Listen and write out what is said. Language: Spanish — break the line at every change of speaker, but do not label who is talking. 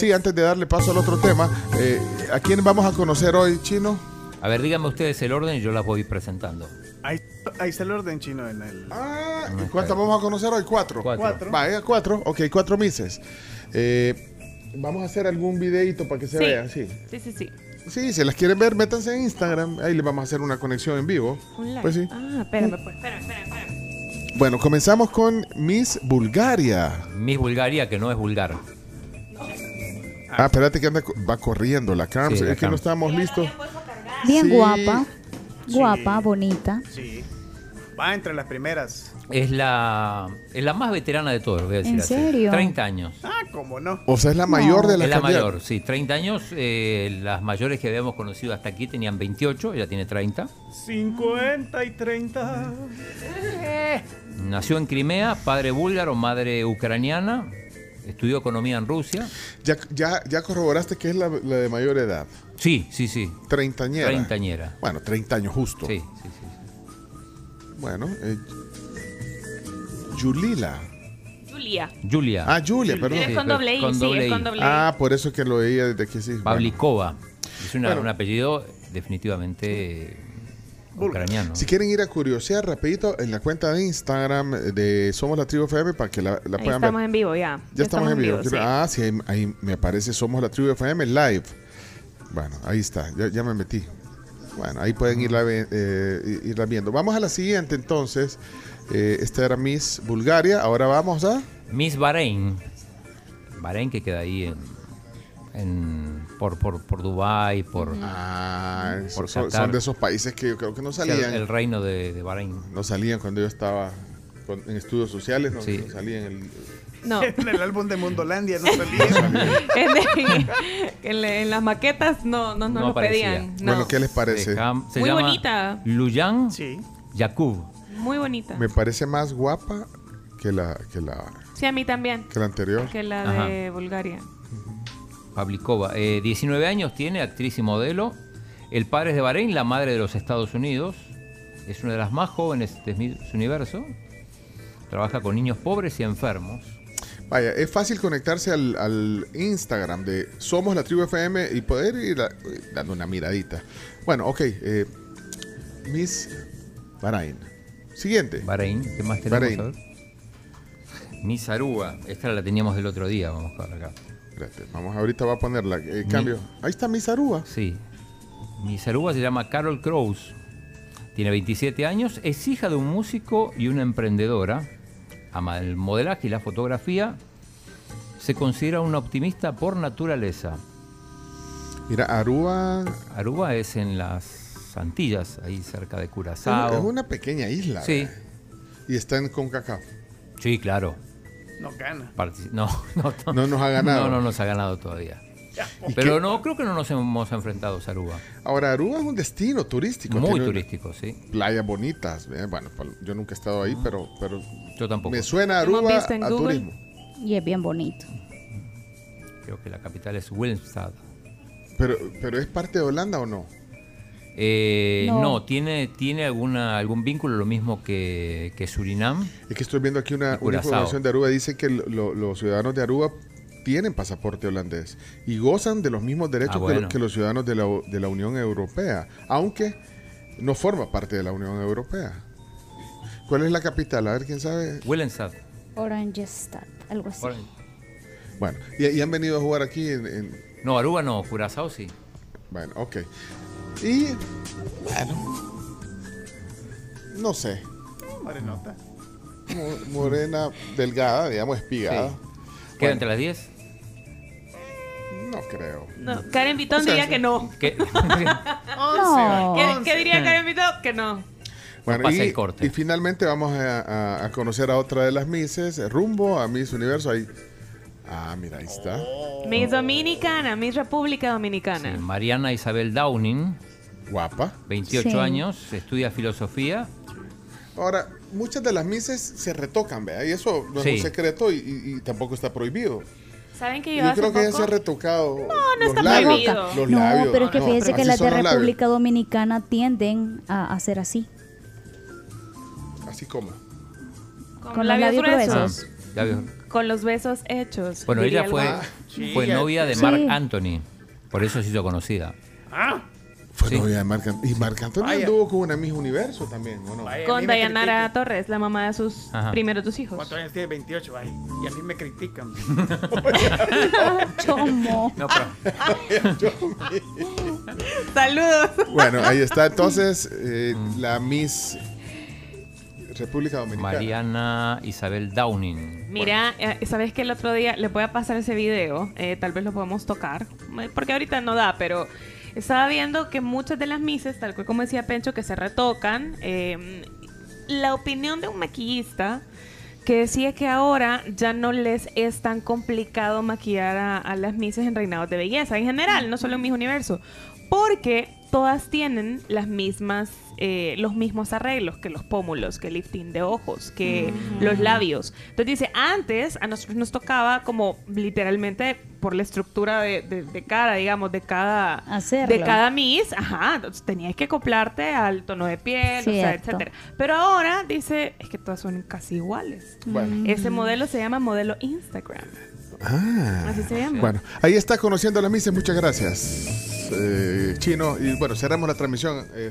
Sí, antes de darle paso al otro tema, eh, ¿a quién vamos a conocer hoy, Chino?
A ver, díganme ustedes el orden y yo las voy presentando.
Ahí, ahí está el orden chino en el.
Ah, ¿y ¿cuántas vamos a conocer hoy? Cuatro.
Cuatro.
Cuatro.
Vaya, cuatro. Ok, cuatro mises. Eh, vamos a hacer algún videito para que se
Sí.
vean, sí.
Sí, sí, sí.
Sí, si las quieren ver, métanse en Instagram. Ahí les vamos a hacer una conexión en vivo.
Un like.
Pues sí.
Ah, espérame, pues. Espérame, espérame, espérame.
Bueno, comenzamos con Miss Bulgaria.
Miss Bulgaria, que no es vulgar.
Ah, espérate que anda, co- va corriendo la cam.
Sí, la
es que
Cam.
no estábamos listos.
pues.
Bien
Sí.
guapa, guapa,
Sí.
bonita.
Sí. Va entre las primeras.
Es la, es la más veterana de todos, voy a decir
¿En
así.
serio?
30 años.
Ah, cómo no.
O sea, es la mayor de
es
las
la
candidatas.
mayor, sí. 30 años. eh, las mayores que habíamos conocido hasta aquí tenían 28, ella tiene 30.
50 y 30.
Eh.
Nació en Crimea, padre búlgaro, madre ucraniana. Estudió economía en Rusia.
Ya, ya, ya corroboraste que es la, la de mayor edad.
Sí, sí, sí.
Treintañera.
Treintañera.
Bueno, 30 años justo.
Sí, sí, sí.
Bueno, eh, Yulila.
Julia.
Julia.
Ah, Julia, perdón.
Es
Sí,
con
pero
doble I,
con
sí,
doble I.
es con doble I.
Ah, por eso que lo veía desde que sí. bueno.
Pavlikova. Es una-
Bueno.
un apellido definitivamente eh,
Búlgaro.
ucraniano.
Si quieren ir a curiosear rapidito en la cuenta de Instagram de Somos la Tribu FM para que la, la
Ahí
puedan
estamos
ver.
en vivo ya.
ya estamos en vivo.
sí.
Ah, sí, ahí, ahí me aparece Somos la Tribu FM live. Bueno, ahí está, ya, ya me metí. Bueno, ahí pueden irla, ve- eh, irla viendo. Vamos a la siguiente entonces. Eh, esta era Miss Bulgaria. Ahora vamos a...
Miss Bahrein. Bahrein que queda ahí en, en- por, por, por Dubái, por
Ah, esos
Por
son,
Qatar.
son de esos países que yo creo que no
o sea,
salían.
el reino de, de Bahrein.
No salían cuando yo estaba con- en estudios sociales, no,
Sí.
no salían. el-
No.
En el álbum de Mundolandia no salía.
en, en la- en las maquetas no, no, no
No
lo
aparecía.
pedían. No.
Bueno, ¿qué les parece?
Dejam-
Muy bonita.
Luyan
sí.
Yakub.
Muy bonita.
Me parece más guapa que la, que la,
Sí, a mí también.
que la anterior.
Que la
Ajá.
de Bulgaria.
Pavlikova. Eh, 19 años tiene, actriz y modelo. El padre es de Bahrein, la madre de los Estados Unidos. Es una de las más jóvenes de Miss Universo. Trabaja con niños pobres y enfermos.
Vaya, es fácil conectarse al, al Instagram de Somos la Tribu FM y poder ir a- dando una miradita. Bueno, ok. eh, Miss Bahrain. Siguiente.
Bahrein, ¿qué más tenemos?
Este, Bahrein.
A ver. Miss Aruba. Esta la teníamos del otro día, vamos a ver acá.
Espérate, vamos, ahorita va a ponerla. eh, cambio. Ahí está Miss Aruba.
Sí. Miss Aruba se llama Carol Crows. Tiene 27 años, es hija de un músico y una emprendedora. Ama el modelaje y la fotografía. Se considera una optimista por naturaleza.
Mira, Aruba
Aruba es en las Antillas, ahí cerca de
es
Curazao.
una pequeña isla.
Sí.
¿verdad? Y está en Concacaf.
Sí, claro.
No gana.
Partici- No, no,
No nos ha ganado.
No, no nos ha ganado todavía.
¿Y
Pero
qué?
no, creo que no nos hemos enfrentado a Aruba.
Ahora, Aruba es un destino turístico.
Muy
tiene
turístico, sí.
Playas bonitas. eh, Bueno, pal- yo nunca he estado
Ah.
ahí, pero, pero
Yo tampoco.
me suena
Hemos
Aruba
visto en
a
Google.
turismo.
Y es bien bonito.
Creo que la capital es Wilmstad.
Pero, pero es parte de Holanda o no?
Eh, no,
No.
tiene, tiene alguna, algún vínculo, lo mismo que, que Surinam.
Es que estoy viendo aquí una,
Y
una
Curazao.
información de Aruba. Dice que lo- los ciudadanos de Aruba tienen pasaporte holandés y gozan de los mismos derechos
Ah,
que, lo-
bueno.
que los ciudadanos de la, U- de la Unión Europea, aunque no forma parte de la Unión Europea. ¿Cuál es la capital? A ver, ¿quién sabe?
Willemstad.
Oranjestad, algo así.
Bueno, y, y han venido a jugar aquí en, en-
No, Aruba no, Curazao sí.
Bueno, ok. Y. Bueno. No sé.
Morenota.
mo- Morena, delgada, digamos, espigada.
Sí. ¿Queda
Bueno.
entre las 10?
No creo.
No, Karen Vitón
O sea,
diría
sí.
que no.
¿Qué?
No.
¿Qué, qué
Ah.
diría Karen Vitón? Que no.
Bueno,
pasa
y,
el corte.
y finalmente vamos a, a- a conocer a otra de las Misses, eh, rumbo a Miss Universo. Ahí. Ah, mira, ahí está.
Miss Dominicana, Miss República
Sí,
Dominicana.
Mariana Isabel Downing,
Guapa.
28
Sí.
años, estudia filosofía.
Ahora, muchas de las Misses se retocan, ¿vea? Y eso no
Sí.
es un secreto y, y- y tampoco está prohibido.
¿Saben que yo,
Yo,
hace
creo que ella
poco-
se ha retocado. No,
no está prohibido.
Los
no,
labios. Ah,
pero es que
no,
fíjese que
así
las
son
de
los labios.
República Dominicana tienden a hacer así.
Así como.
Con los labios gruesos.
labios-
Con los besos hechos.
Ah, Bueno,
diría
ella
el
fue,
Juan.
sí,
fue
ya-
novia de
Sí.
Mark Anthony. Por eso se hizo conocida.
Ah,
Fue
Sí.
novia de Marc Anthony. Y Marc Anthony
Vaya.
anduvo con una Miss Universo también, ¿o no?
vaya, a mí
Con
me
Dayanara
critican.
Torres, la mamá de sus
Ajá.
primeros dos hijos.
¿Cuántos años tiene? 28, vaya. Y a mí me critican.
Chomo.
No, pero
Saludos.
Bueno, ahí está entonces eh,
Mm.
la Miss República Dominicana.
Mariana Isabel Downing.
Mira, eh, sabes que el otro día le voy a pasar ese video, eh, tal vez lo podemos tocar, eh, porque ahorita no da, pero estaba viendo que muchas de las mises, tal cual como decía Pencho, que se retocan, eh, la opinión de un maquillista que decía que ahora ya no les es tan complicado maquillar a, a las mises en reinados de belleza, en general, no solo en mis universo, porque todas tienen las mismas, eh, los mismos arreglos, que los pómulos, que el lifting de ojos, que los labios. Entonces dice, antes a nosotros nos tocaba como literalmente por la estructura de, de- de cara, digamos, de cada,
Hacerlo.
de cada miss, ajá, entonces tenías que acoplarte al tono de piel, o sea,
Cierto.
etcétera. Pero ahora dice, es que todas son casi iguales.
Mm.
Bueno.
Ese modelo se llama modelo Instagram.
Ah.
Así se llama.
Bueno, ahí está conociendo a las Misses. Muchas gracias, eh, Chino. Y bueno, cerramos la transmisión. eh,